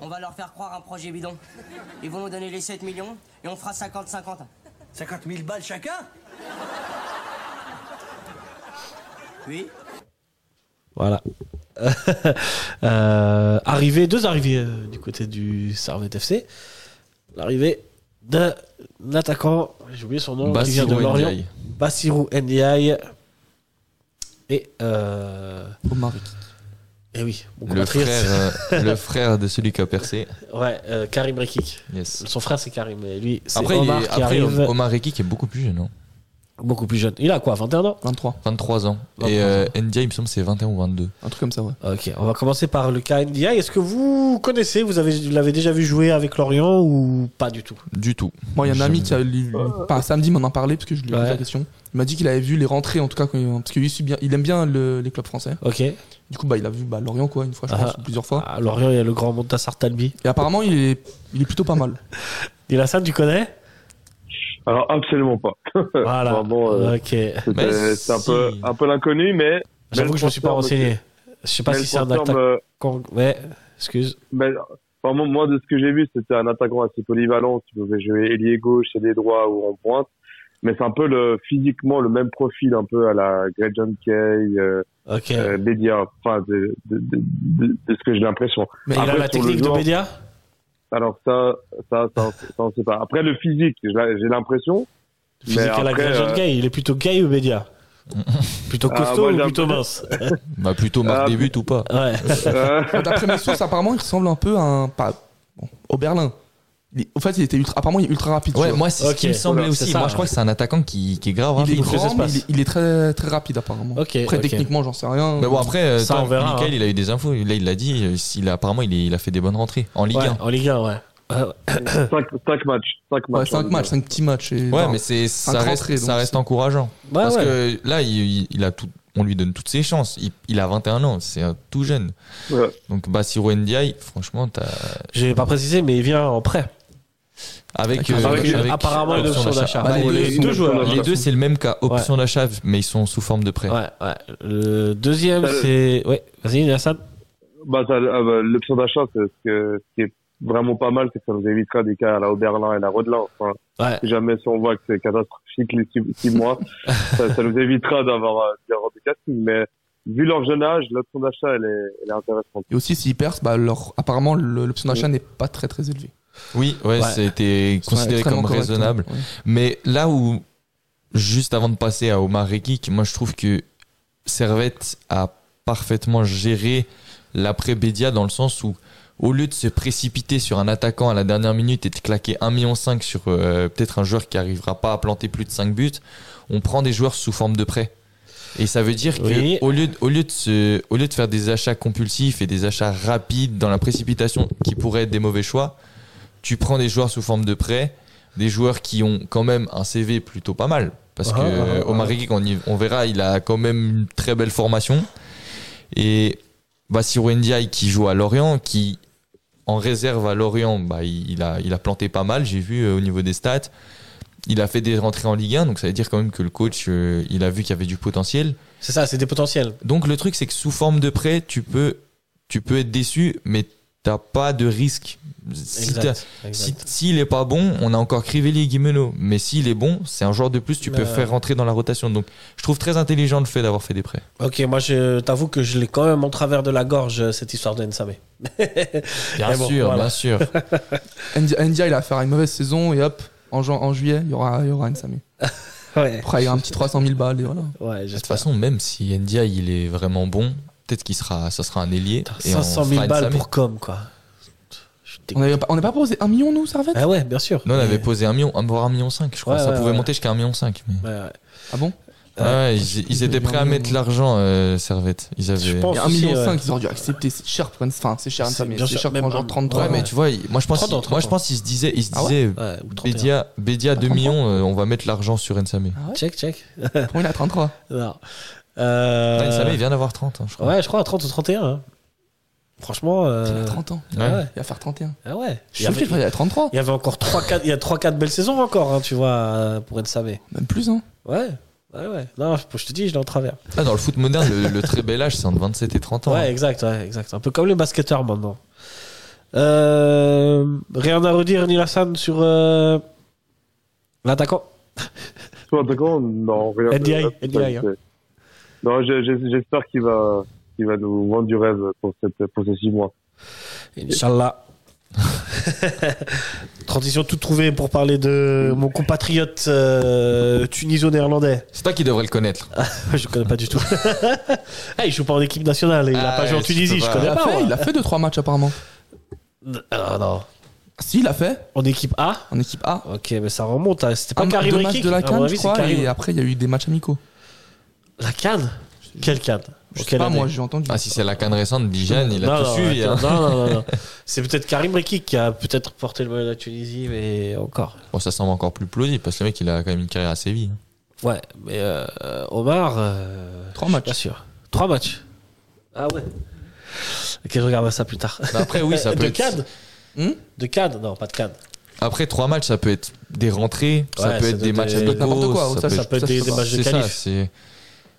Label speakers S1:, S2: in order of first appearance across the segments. S1: On va leur faire croire un projet bidon. Ils vont nous donner les 7 millions et on fera 50-50.
S2: 50 000 balles chacun
S1: Oui
S3: Voilà. Euh, arrivée, deux arrivées euh, du côté du Servette FC. L'arrivée d'un attaquant, j'ai oublié son nom, qui vient de
S4: Bassirou
S3: Lorient.
S4: Ndiaye.
S3: Bassirou Ndiaye. Et, euh, et oui, mon
S4: Le
S3: compatriote,
S4: frère, euh, le frère de celui qui a percé.
S3: ouais, euh, Karim Rekik.
S4: Yes.
S3: Son frère, c'est Karim. Et lui, c'est
S4: Après, il
S3: Omar
S4: est-
S3: qui
S4: après,
S3: arrive
S4: Omar Reki qui est beaucoup plus jeune, hein. non
S3: beaucoup plus jeune. Il a quoi, 21 ans
S5: 23,
S4: 23 ans.
S5: 23
S4: Et euh, Ndiaye, il me semble, c'est 21 ou 22.
S5: un truc comme ça, ouais.
S3: Ok, on va commencer par le cas NDI. Est-ce que vous connaissez, vous avez, vous l'avez déjà vu jouer avec Lorient ou pas du tout
S4: Du tout.
S5: Moi, il y a un ami
S4: Jamais.
S5: qui a lu, enfin, samedi m'en a parlé parce que je lui ai posé
S3: Ouais.
S5: la question. Il m'a dit qu'il avait vu les rentrées en tout cas, quand- parce qu'il suit bien, il aime bien le- les clubs français.
S3: Ok.
S5: Du coup, bah, il a vu bah, Lorient quoi, une fois, je
S3: Ah.
S5: pense, ou plusieurs fois.
S3: À Lorient, il y a le grand Montassar Talbi.
S5: Et apparemment, il est, il est plutôt pas mal.
S3: Il a ça, tu connais
S6: Alors absolument pas.
S3: Voilà. Ah,
S6: Vraiment, euh,
S3: ok.
S6: C'était-
S4: Mais
S6: C'est un
S4: si.
S6: peu, un peu l'inconnu, mais.
S3: J'avoue que je me suis pas renseigné. Je sais pas si c'est un attaquant.
S6: euh.
S3: Ouais, excuse.
S6: Ben, enfin, moi- moi, de ce que j'ai vu, c'était un attaquant assez polyvalent. Tu pouvais jouer ailier gauche, ailier droit ou en pointe. Mais c'est un peu le, physiquement le même profil, un peu à la Greg John Kay, euh,
S3: Ok.
S6: euh, Bedia, enfin, de, de, de, de- de ce que j'ai l'impression.
S3: Mais il a la
S6: après, sur le
S3: technique de
S6: genre-
S3: média
S6: Alors ça, ça, ça, ça, on sait pas. Après, le physique, je la- j'ai l'impression.
S3: Physique à la
S6: après,
S3: Grande
S6: euh,
S3: Gay, il est plutôt gay ou média Plutôt
S6: Ah,
S3: costaud
S6: moi,
S3: ou
S6: j'ai un
S3: plutôt
S6: peu-
S3: mince
S4: Bah, plutôt marque
S6: Ah,
S4: des buts ou pas.
S3: Ouais.
S6: euh,
S5: Enfin, Bah, D'après mes sources, apparemment, il ressemble un peu à un, pas, bon, au Berlin. Il est- Au fait, il était ultra, apparemment, il est ultra rapide.
S4: Ouais,
S5: tu vois.
S4: moi, c'est
S3: Ok.
S4: ce qui me semblait
S3: Voilà, c'est
S4: aussi.
S3: ça.
S4: Moi, je crois que c'est un attaquant qui, qui est grave hein,
S5: il est
S4: rapide.
S3: il fait
S5: grand,
S3: ses
S5: mais
S3: espaces.
S5: il est, il est très, très rapide, apparemment.
S3: Ok,
S5: Après,
S3: ok.
S5: techniquement, j'en sais rien.
S4: Mais bon, après, euh,
S3: Ça, on
S4: tant,
S3: verra,
S4: Michael,
S3: hein.
S4: il a eu des infos. Là, il l'a dit. euh, s'il a- apparemment, il, est- il a fait des bonnes rentrées en Ligue
S3: Ouais,
S4: 1.
S3: En Ligue 1, ouais. Ouais, ouais.
S6: cinq, cinq matchs, cinq
S5: ouais,
S6: matchs. hein.
S5: 5 matchs, 5 petits matchs. et
S4: Ouais,
S5: voilà.
S4: mais c'est ça
S5: cran
S4: reste,
S5: près, donc
S4: ça reste
S5: c'est-
S4: encourageant.
S3: Bah
S4: Parce
S3: ouais.
S4: que là, il, il a tout, on lui donne toutes ses chances. Il, il a 21 ans, c'est un tout jeune.
S6: Ouais.
S4: Donc Bassirou Ndiaye, franchement, t'as
S3: J'ai pas précisé, mais il vient en prêt.
S4: avec,
S6: Avec-
S3: apparemment, une option d'achat.
S4: Bah,
S3: Bah,
S4: les,
S3: les
S4: les
S3: deux
S4: deux,
S3: joueurs.
S6: Les
S4: c'est le même cas, option d'achat, mais ils sont sous forme de prêt.
S3: Ouais, ouais. Le deuxième,
S6: Euh,
S3: c'est. Ouais, vas-y, Nassan.
S6: Bah, ça, ah bah, l'option d'achat, c'est ce, que, ce qui est vraiment pas mal, c'est que ça nous évitera des cas à la Oberlin et la Rodelin. Enfin,
S3: Ouais.
S6: si jamais si on voit que c'est catastrophique les six, six mois, ça, ça nous évitera d'avoir euh, des erreurs de casting. Mais vu leur jeune âge, l'option d'achat, elle est, elle est intéressante.
S5: Et aussi, s'ils percent, bah, leur, apparemment, le- l'option d'achat
S4: Mm.
S5: n'est pas très, très élevée.
S4: Oui, ouais,
S3: Ouais.
S4: c'était
S5: C'est
S4: considéré
S5: extrêmement
S4: comme
S5: correct,
S4: raisonnable.
S5: ouais.
S4: Mais là où, juste avant de passer à Omar Rekik, moi je trouve que Servette a parfaitement géré l'après-Bédia dans le sens où, au lieu de se précipiter sur un attaquant à la dernière minute et de claquer 1,5 million sur euh, peut-être un joueur qui arrivera pas à planter plus de 5 buts, on prend des joueurs sous forme de prêt. Et ça veut dire
S3: Oui.
S4: que au lieu, de, au, lieu de se, au lieu de faire des achats compulsifs et des achats rapides dans la précipitation qui pourraient être des mauvais choix, tu prends des joueurs sous forme de prêt, des joueurs qui ont quand même un CV plutôt pas mal. Parce
S3: Ah,
S4: que
S3: ah,
S4: euh,
S3: ah,
S4: Omar Rekik, on, y- on verra, il a quand même une très belle formation. Et Bassirou Ndiaye qui joue à Lorient, qui en réserve à Lorient, bah, il, il a, il a planté pas mal, j'ai vu euh, au niveau des stats. Il a fait des rentrées en Ligue 1, donc ça veut dire quand même que le coach, euh, il a vu qu'il y avait du potentiel.
S3: C'est ça, c'est des potentiels.
S4: Donc le truc, c'est que sous forme de prêt, tu peux, tu peux être déçu, mais t'as pas de risque. Si t'as-
S3: Exact.
S4: si-
S3: exact.
S4: S'il est pas bon, on a encore Crivelli et Guimeno. Mais s'il est bon, c'est un joueur de plus, tu peux
S3: Euh.
S4: faire rentrer dans la rotation. Donc je trouve très intelligent le fait d'avoir fait des prêts.
S3: Ok, moi, je t'avoue que je l'ai quand même en travers de la gorge, euh, cette histoire de Nsamé.
S4: Bien
S3: Mais bon,
S4: sûr,
S3: voilà.
S4: bien sûr.
S5: Ndi- Ndiaye, il a faire une mauvaise saison et hop, en, juin- en juillet, il y aura, il y aura Nsame.
S3: Ouais.
S5: Après, il y aura un petit 300 000 balles et voilà.
S3: Ouais,
S4: De toute
S3: j'espère.
S4: façon, même si Ndia il est vraiment bon, peut-être qu'il sera, ça sera un ailier. et on
S3: 500 000
S4: fera
S3: balles
S4: Nsamé.
S3: pour com, quoi. Je suis
S5: On
S3: dégoûté.
S5: n'est pas, on avait pas posé un million, nous, Servette
S3: Ah ouais, bien sûr.
S4: Nous, on
S3: Mais-
S4: avait posé un million, un- voire un million cinq, je crois.
S3: Ouais,
S4: ça
S3: ouais,
S4: pouvait
S3: ouais.
S4: monter jusqu'à un million cinq. mais-
S3: Ouais, ouais.
S5: Ah bon
S3: Ouais.
S4: Ah ouais, ils, ils étaient prêts à mettre l'argent, euh, Servette. Ils avaient.
S3: Je pense
S5: Il y a 1,5
S3: aussi,
S5: million,
S3: ouais.
S5: cinq, ils auraient dû accepter. C'est cher pour Nsame. Enfin, c'est cher,
S3: C'est
S5: Nsame.
S3: bien
S5: C'est
S3: cher,
S5: cher pour un
S3: même
S5: genre
S3: un-
S5: 33.
S4: Ouais, mais
S5: ouais.
S4: tu vois, ils- moi je pense,
S3: 30 ans,
S4: qu'ils- moi je
S3: 30
S4: pense qu'ils se disaient, ils se
S5: Ah ouais
S4: disaient,
S3: Ouais, Ah, ou 31.
S4: Bédia, Bédia 2
S5: 30 ans.
S4: millions, euh, on va mettre l'argent sur Nsamé.
S3: Check, check.
S5: Pour une à 33.
S3: Non. Euh,
S4: Ah, Nsamé, il vient d'avoir 30, hein, je crois.
S3: Ouais, je crois à 30 ou 31. hein. Franchement. euh,
S5: Il a 30 ans.
S3: Ah ouais.
S5: Il va faire 31.
S3: Ah ouais. Il
S5: Je suis
S3: y
S5: choqué,
S3: avait,
S5: je crois qu'il a 33.
S3: il y avait encore 3-4 il y a 3 4 belles saisons encore hein, tu vois euh, pour Nsamé.
S5: Même plus, hein.
S3: Ouais. Ouais ouais. Non, je je te dis, je l'ai en travers.
S4: Ah, dans le foot moderne, le, le très bel âge, c'est entre 27 et 30 ans. hein.
S3: Ouais, exact, ouais, exact. Un peu comme les basketteurs maintenant. Euh, rien à redire, Nilassan, sur euh, l'attaquant.
S6: Toi, attaquant, non, rien.
S3: NDI,
S6: Ça,
S3: NDI, hein.
S6: c'est- Non, j'ai- j'ai- j'espère qu'il va, qu'il va nous vendre du rêve pour, cette, pour ces six mois.
S3: Inch'Allah. Transition toute trouvée pour parler de mon compatriote euh, tuniso-néerlandais.
S4: C'est toi qui devrais le connaître.
S3: Ah. Je connais pas du tout. ah, il joue pas en équipe nationale et il a
S4: Ah,
S3: pas joué en
S4: ouais,
S3: Tunisie, je
S4: c'est pas
S5: Il
S3: connais
S5: a
S3: pas.
S5: fait,
S3: moi.
S5: il a fait deux trois matchs apparemment.
S3: Ah, non.
S5: Si, il a fait
S3: En équipe A
S5: en équipe A.
S3: Ok, mais ça remonte. hein. C'était pas
S5: un ma-
S3: Karim
S5: deux matchs
S3: Rekik,
S5: de
S3: à
S5: la
S3: mon
S5: Cannes,
S3: avis,
S5: je
S3: c'est
S5: crois,
S3: Karim.
S5: et après il y a eu des matchs amicaux.
S3: La Cannes Quelle Cannes
S5: Je
S3: En
S5: sais
S3: quelle
S5: pas,
S3: année
S5: moi j'ai entendu.
S4: Ah, si c'est la canne récente, Dijan, il a tout suivi.
S3: attends,
S4: hein.
S3: non, non, non, non. C'est peut-être Karim Rekik qui a peut-être porté le maillot de la Tunisie, mais encore.
S4: Bon, ça semble encore plus plausible parce que le mec, il a quand même une carrière à Séville. hein.
S3: Ouais, mais euh, Omar. euh, je
S5: Trois
S3: suis
S5: matchs.
S3: Pas sûr. Trois matchs. Ah ouais. Ok, je regarde ça plus tard.
S4: Mais Bah, après, oui, ça peut
S3: de
S4: être.
S3: Cannes
S5: Hmm
S3: De Cannes Non, pas de Cannes.
S4: Après, trois matchs, ça peut être des rentrées,
S3: Ouais,
S4: ça peut
S3: ça
S4: être
S3: doit
S4: des
S3: être-
S4: matchs
S3: ça doit être
S4: amicaux,
S5: n'importe quoi, ça,
S3: Ça,
S5: peut-
S3: peut être
S5: ça,
S3: des,
S5: ça
S3: des
S5: va.
S3: matchs de
S4: Ah, C'est ça,
S3: qualif.
S4: c'est.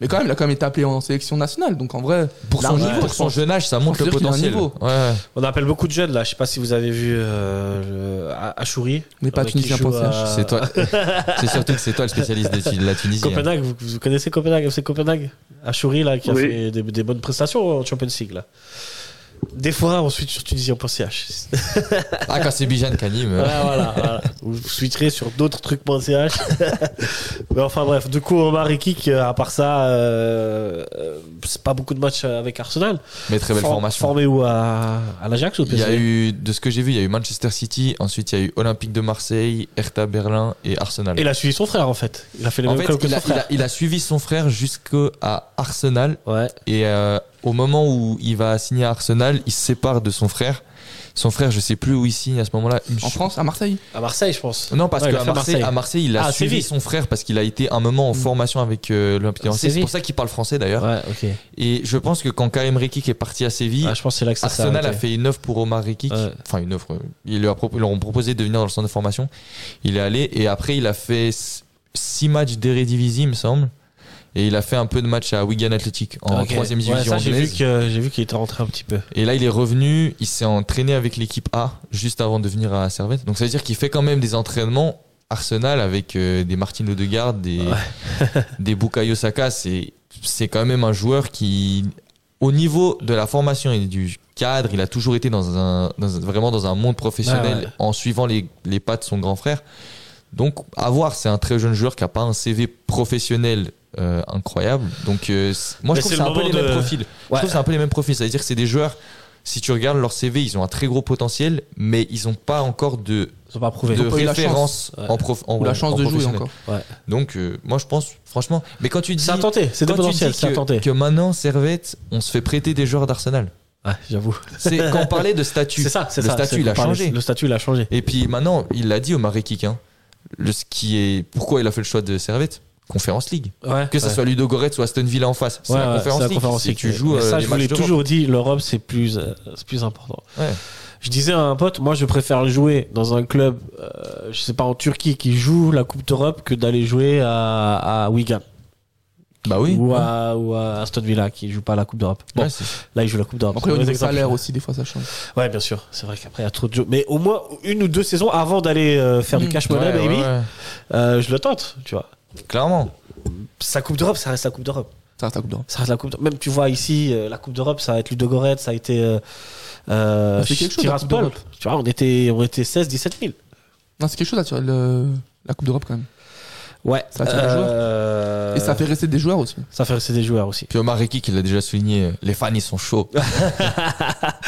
S5: Mais quand même, il a quand même été appelé en sélection nationale, donc en vrai,
S4: Pour
S5: Là,
S4: son,
S5: ouais,
S4: niveau,
S5: pour
S4: pour
S5: son-
S4: son jeune âge, ça montre
S5: pour
S4: le
S5: dire qu'il a un
S4: potentiel.
S5: niveau.
S4: Ouais, ouais.
S3: On appelle beaucoup de jeunes là. Je sais pas si vous avez vu euh, le- A- Achouri.
S5: Mais pas
S3: avec qui
S5: tunisien
S3: joue
S5: pour CH.
S3: à-
S4: C'est toi. c'est surtout que c'est toi le spécialiste des Tun- de la Tunisie. hein.
S3: Copenhague, vous, vous connaissez Copenhague, FC Copenhague Achouri, là, qui a
S6: Oui.
S3: fait des, des bonnes prestations en Champions League, là. Des fois, on suit sur tunisien.ch.
S4: Ah, quand c'est Bijan Kanim. euh,
S3: voilà, Ah, voilà, voilà. Vous suiterez sur d'autres trucs.ch. Mais enfin, bref, du coup, Omar et Kik, à part ça, euh, euh, c'est pas beaucoup de matchs euh, avec Arsenal.
S4: Mais très belle
S3: For-
S4: formation.
S3: Formé où à, à l'Ajax ou au
S4: Il y a
S3: PSV?
S4: eu, de ce que j'ai vu, il y a eu Manchester City, ensuite il y a eu Olympique de Marseille, Hertha Berlin et Arsenal.
S3: Et il a suivi son frère, en fait. Il a fait les
S4: en
S3: mêmes
S4: fait,
S3: clubs que
S4: il
S3: son
S4: a, il a-
S3: frère.
S4: il a suivi son frère jusqu'à Arsenal
S3: Ouais.
S4: et euh, au moment où il va signer à Arsenal, il se sépare de son frère. Son frère, je sais plus où il signe à ce moment-là. Il me
S5: en
S4: semble-
S5: France, à Marseille.
S3: À Marseille, je pense.
S4: Non, parce
S3: Ouais, il a
S4: qu'à
S3: fait
S4: Marseille, à Marseille, il a
S3: Ah,
S4: suivi
S3: Séville. Mm.
S4: son frère parce qu'il a été un moment en formation avec euh, l'Olympique de Marseille. C'est
S3: Séville.
S4: pour ça qu'il parle français d'ailleurs.
S3: Ouais, ok.
S4: Et je pense que quand Karim Rekik est parti à Séville,
S3: Ah, je pense que c'est là que ça s'est
S4: Arsenal a
S3: arrêté.
S4: fait une offre pour Omar Rekik.
S3: Ouais.
S4: Enfin, une offre. euh, Ils lui, a propo- ils leur ont proposé de venir dans le centre de formation. Il est allé et après, il a fait s- six matchs d'Eredivisie, il me semble. Et il a fait un peu de match à Wigan Athletic en
S3: Ok.
S4: troisième
S3: Ouais,
S4: division
S3: ça, j'ai
S4: anglaise.
S3: vu que j'ai vu qu'il était rentré un petit peu.
S4: Et là, il est revenu. Il s'est entraîné avec l'équipe A juste avant de venir à Servette. Donc, ça veut dire qu'il fait quand même des entraînements Arsenal avec euh, des Martin Odegaard, des, des Bukayo Saka. C'est, c'est quand même un joueur qui, au niveau de la formation et du cadre, il a toujours été dans un, dans un- vraiment dans un monde professionnel
S3: Ouais, ouais.
S4: en suivant les, les pas de son grand frère. Donc, à voir, c'est un très jeune joueur qui n'a pas un CV professionnel euh, incroyable. Donc, euh, c'est- moi,
S3: Mais
S4: je
S3: c'est
S4: trouve que c'est
S3: le
S4: un peu les
S3: moment
S4: mêmes
S3: de-
S4: profils. Je
S3: Ouais.
S4: trouve que c'est un peu les mêmes profils. C'est-à-dire que c'est des joueurs, si tu regardes leur CV, ils ont un très gros potentiel, mais ils n'ont pas encore de,
S3: Ils ont pas
S4: de
S3: prouvé.
S5: pas eu la
S4: référence
S3: chance.
S4: en prof. en-
S5: Ou la chance
S4: en
S5: de jouer
S4: professionnel.
S5: encore.
S4: Donc, euh, moi, je pense, franchement. Mais quand tu dis.
S3: C'est à tenter, c'est des
S4: quand tu
S3: potentiels,
S4: dis
S3: c'est à
S4: que-
S3: tenter.
S4: que maintenant, Servette, on se fait prêter des joueurs d'Arsenal.
S3: Ouais, j'avoue.
S4: C'est quand on parlait de statut.
S3: C'est ça, c'est
S4: le
S3: ça.
S4: statut,
S3: c'est
S4: il a
S3: qu'on parlait,
S4: changé.
S3: Le statut, il a changé.
S4: Et puis maintenant, il l'a dit au Marekik. Hein, le, ce qui est, pourquoi il a fait le choix de Servette Conférence League.
S3: Ouais.
S4: Que ce soit Ludo Goretz ou Aston Villa en face. C'est
S3: Ouais,
S4: la
S3: ouais,
S4: Conférence
S3: c'est
S4: League.
S3: Conférence
S4: Si
S3: League.
S4: tu joues
S3: Mais
S4: euh,
S3: ça,
S4: les
S3: je vous l'ai
S4: matchs d'Europe.
S3: toujours dit, l'Europe, c'est plus, euh, c'est plus important.
S4: Ouais.
S3: Je disais à un pote, moi, je préfère jouer dans un club, euh, je sais pas, en Turquie, qui joue la Coupe d'Europe que d'aller jouer à, à Wigan
S4: Bah oui.
S3: ou, à, ou à Aston Villa, qui joue pas la Coupe d'Europe. Bon,
S4: Ouais, c'est-
S3: là, ils jouent la Coupe d'Europe.
S5: Après, au
S3: C'est un
S5: niveau
S3: exemple.
S5: salaire aussi, des fois ça change.
S3: Ouais, bien sûr. C'est vrai qu'après, il y a trop de jeux. Mais au moins, une ou deux saisons avant d'aller euh, faire du
S5: Mm.
S3: cash money,
S4: Ouais,
S3: baby,
S4: ouais,
S3: euh, je le tente, tu vois.
S4: ouais. Clairement.
S3: Sa Coupe d'Europe, ça reste la Coupe d'Europe.
S5: Ça reste la Coupe d'Europe.
S3: Ça reste la Coupe d'Europe. Même tu vois ici, euh, la Coupe d'Europe, ça a été Ludogorets, ça a été. Euh, euh,
S5: Ça fait Ah, quelque chose, la Coupe
S3: Tiraspol.
S5: d'Europe.
S3: Tu vois, on était, on était 16, 17 000.
S5: Non, c'est quelque chose d'attirer le- la Coupe d'Europe quand même.
S3: Ouais.
S5: Ça attire des joueurs.
S4: Euh.
S5: Et ça fait rester des joueurs aussi.
S3: Euh, Ça fait rester des joueurs aussi.
S4: Puis Omar Rekik, il l'a déjà souligné, les fans, ils sont chauds.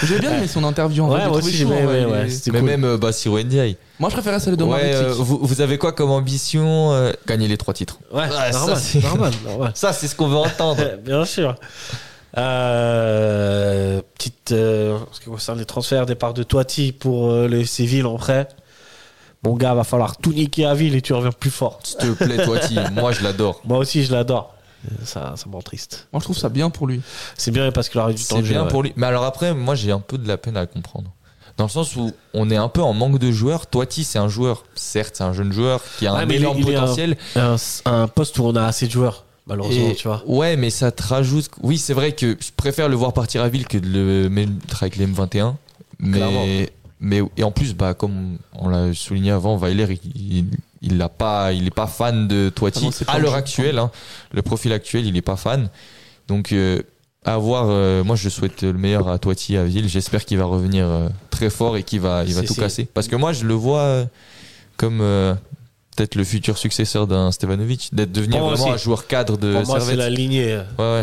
S5: J'ai bien aimé son interview en vrai.
S3: ouais,
S5: j'ai
S3: moi
S5: trouvé
S3: aussi, j'ai
S5: chaud, en
S3: bien
S5: vrai,
S3: aimé,
S5: hein, il est-
S3: ouais. C'était
S4: Mais
S3: cool.
S4: même euh, Bassirou Ndiaye.
S5: Moi, je préférais celle de Omar
S4: Ouais, euh,
S5: Ektik.
S4: vous, vous avez quoi comme ambition euh, Gagner les trois titres.
S3: Ouais,
S4: Ah, ça,
S3: normal,
S4: c'est-
S3: normal, normal.
S4: Ça, c'est ce qu'on veut entendre.
S3: Bien sûr. Euh, petite, euh, en ce qui concerne les transferts, départ de Toiti pour euh, le Séville en prêt. Mon gars, va falloir tout niquer à ville et tu reviens plus fort.
S4: S'il te plaît, Toiti, moi, je l'adore.
S3: Moi aussi, je l'adore. Ça, ça me rend triste.
S5: Moi, je trouve ça bien pour lui.
S3: C'est bien parce qu'il aurait du temps
S4: C'est
S3: de jeu.
S4: bien
S3: ouais.
S4: pour lui. Mais alors après, moi, j'ai un peu de la peine à comprendre. Dans le sens où on est un peu en manque de joueurs. Toiti, c'est un joueur, certes, c'est un jeune joueur qui a
S3: Ouais,
S4: un
S3: mais il-
S4: énorme
S3: il est un-
S4: potentiel.
S3: Un, un poste où on a assez de joueurs, malheureusement,
S4: Et-
S3: tu vois.
S4: Ouais, mais ça te rajoute. Oui, c'est vrai que je préfère le voir partir à ville que de le mettre avec les M21. Mais,
S3: Clairement.
S4: mais et en plus, bah, comme on l'a souligné avant, Weiler, il, il, il l'a pas, il est pas fan de Toiti
S5: Ah non, c'est
S4: à
S5: pas
S4: l'heure
S5: le-
S4: actuelle. hein. le profil actuel, il est pas fan. Donc, euh, à voir. euh, moi, je souhaite le meilleur à Toiti à Ville. J'espère qu'il va revenir euh, très fort et qu'il va, il va
S3: C'est-
S4: tout
S3: c'est-
S4: casser. Parce que moi, je le vois euh, comme euh, peut-être le futur successeur d'un Stevanovic, d'être devenir
S3: Pour moi
S4: vraiment
S3: aussi.
S4: un joueur cadre de
S3: Pour moi, c'est
S4: Servette.
S3: la lignée.
S4: Ouais, ouais.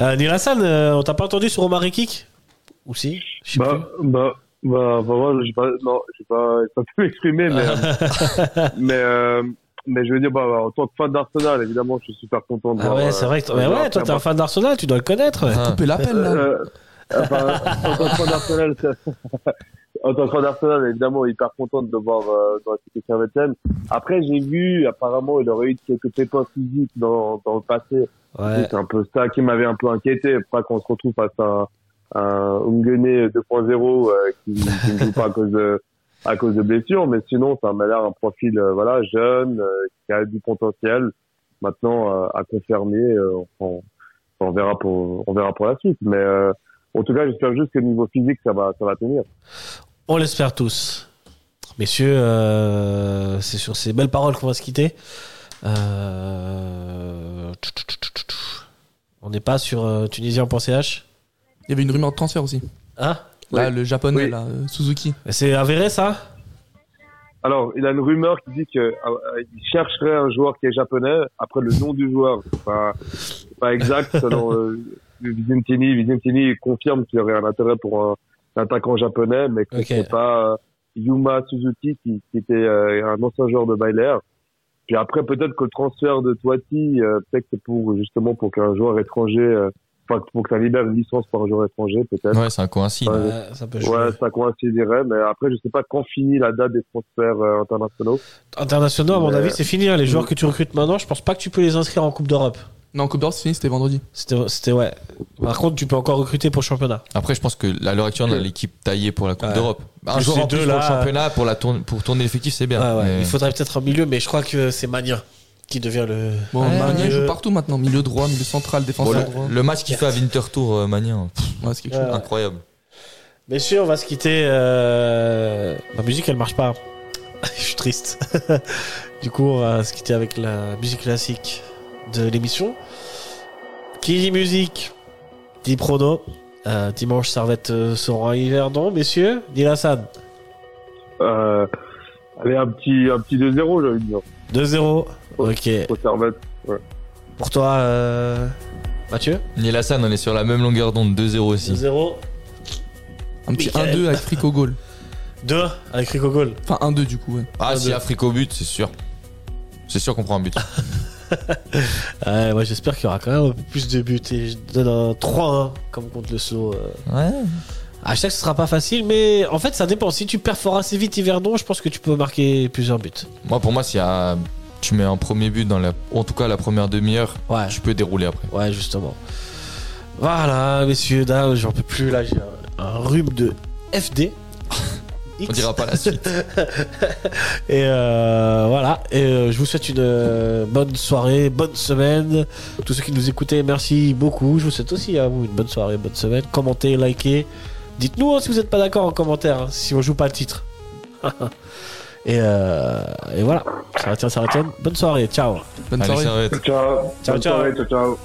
S3: Euh, Nilassan, euh, on t'a pas entendu sur Omar Ekik Ou si Je sais
S6: Bah,
S3: plus.
S6: bah, bah, bah, moi, j'ai pas, non, j'ai pas, j'ai pas pu m'exprimer, mais, euh, mais, euh, mais je veux dire, bah, bah, en tant que fan d'Arsenal, évidemment, je suis super content de
S3: Ah
S6: voir,
S3: ouais,
S6: euh,
S3: c'est vrai. Que... Mais
S6: de
S3: ouais,
S6: voir
S3: toi, t'es un fan d'Arsenal, tu dois le connaître.
S4: Hein.
S5: Couper l'appel là.
S6: Euh, enfin, en tant que fan d'Arsenal, ça- en tant que fan d'Arsenal, évidemment, hyper content de le voir euh, dans la cité servétienne. Après, j'ai vu, apparemment, il aurait eu quelques pépins physiques dans, dans le passé.
S3: Ouais.
S6: C'est un peu ça qui m'avait un peu inquiété, pas qu'on se retrouve face à un, un Ungene 2.0 euh, qui, qui ne joue pas à cause de à cause de blessures, mais sinon, ça m'a l'air un profil euh, voilà jeune euh, qui a du potentiel. Maintenant, euh, à confirmer, euh, on, on verra pour on verra pour la suite. Mais euh, en tout cas, j'espère juste que niveau physique, ça va ça va tenir.
S3: On l'espère tous. Messieurs, euh, c'est sur ces belles paroles qu'on va se quitter. Euh, On n'est pas sur euh, tunisien.ch
S5: Il y avait une rumeur de transfert aussi.
S3: Hein
S5: Là, le japonais,
S6: Oui.
S5: là, euh, Suzuki.
S3: C'est avéré ça
S6: Alors, il y a une rumeur qui dit que euh, euh, il chercherait un joueur qui est japonais. Après, le nom du joueur, c'est pas, c'est pas exact. Selon euh, Vicentini, Vicentini confirme qu'il y aurait un intérêt pour un, un attaquant japonais, mais que
S3: Ok.
S6: c'est pas euh, Yuma Suzuki qui, qui était euh, un ancien joueur de Bayer. Puis après, peut-être que le transfert de Toiti, euh, peut-être que c'est pour justement pour qu'un joueur étranger, euh, enfin pour que ça libère une licence pour un joueur étranger, peut-être.
S4: Ah. Ouais, c'est un coïncide.
S6: Ouais.
S3: Ouais, Euh, Ça peut jouer.
S6: Ouais, ça coïnciderait, mais après, je sais pas quand finit la date des transferts euh, internationaux.
S3: Internationaux, à mon
S6: Mais-
S3: avis, c'est fini. hein. Les
S6: Mm.
S3: joueurs que tu recrutes maintenant, je pense pas que tu peux les inscrire en Coupe d'Europe.
S5: Non, Coupe d'Or, c'est fini, c'était vendredi.
S3: C'était, c'était ouais. Par contre, tu peux encore recruter pour le championnat.
S4: Après, je pense que à l'heure actuelle, on a l'équipe taillée pour la Coupe
S3: Ouais.
S4: d'Europe. Un
S3: Plus
S4: joueur
S3: ces
S4: en plus
S3: deux
S4: pour le
S3: là.
S4: championnat, pour, la tourne, pour tourner l'effectif, c'est bien.
S3: Ouais, ouais.
S4: Ah, Mais-
S3: Il faudrait peut-être un milieu, mais je crois que c'est Mania qui devient le.
S5: Bon,
S4: Ouais,
S5: Magnier
S3: ouais.
S5: joue partout maintenant. Milieu droit, milieu central,
S4: Bon,
S5: défenseur droit.
S4: le, le match qu'il fait à Winterthur, euh, Mania, hein. Pff,
S5: Ouais, c'est quelque
S3: Ouais.
S5: chose.
S4: incroyable.
S3: Messieurs, on va se quitter. euh, Ma musique, elle marche pas. Je suis triste. du coup, on va se quitter avec la musique classique de l'émission. Qui dit musique dit prono. Euh, dimanche, Servette euh, sera à Yverdon, messieurs. Dit Lassad,
S6: Euh, allez, un petit, un petit 2-0, j'ai envie de dire,
S3: 2-0. Ok.
S6: pour Servette.
S3: Pour toi, euh, Mathieu
S4: Nielasan, on est sur la même longueur d'onde, 2-0 aussi.
S3: 2-0.
S5: Un petit
S3: Michael.
S5: 1-2 avec Frico Goal.
S3: 2 avec Rico Goal.
S5: Enfin, 1-2 du coup, ouais.
S4: Ah,
S3: Ah,
S4: si
S3: deux.
S4: Afrique au but, c'est sûr. C'est sûr qu'on prend un but.
S3: Ouais, moi, j'espère qu'il y aura quand même un peu plus de buts. Et je donne un 3-1 comme contre le euh, saut.
S4: Ouais.
S3: Ah, je sais que ce sera pas facile, mais en fait, ça dépend. Si tu perfores assez vite Yverdon, je pense que tu peux marquer plusieurs buts.
S4: Moi, pour moi, s'il y a, tu mets un premier but dans la, en tout cas la première demi-heure,
S3: Ouais.
S4: tu peux dérouler après.
S3: Ouais, justement. Voilà, messieurs, dames, j'en peux plus. Là, j'ai un, un rhume de FD.
S4: On dira pas la suite.
S3: Et euh, voilà. Et euh, je vous souhaite une euh, bonne soirée, bonne semaine. Tous ceux qui nous écoutaient, merci beaucoup. Je vous souhaite aussi à vous une bonne soirée, bonne semaine. Commentez, likez. Dites-nous hein, si vous n'êtes pas d'accord en commentaire, hein, si on joue pas le titre. et, euh, et voilà. Ça retient, ça retient. Bonne soirée. Ciao.
S5: Bonne
S4: Allez,
S5: soirée.
S4: Servette.
S6: Ciao.
S3: Ciao,
S6: Bonne
S3: ciao.
S6: soirée, ciao, ciao.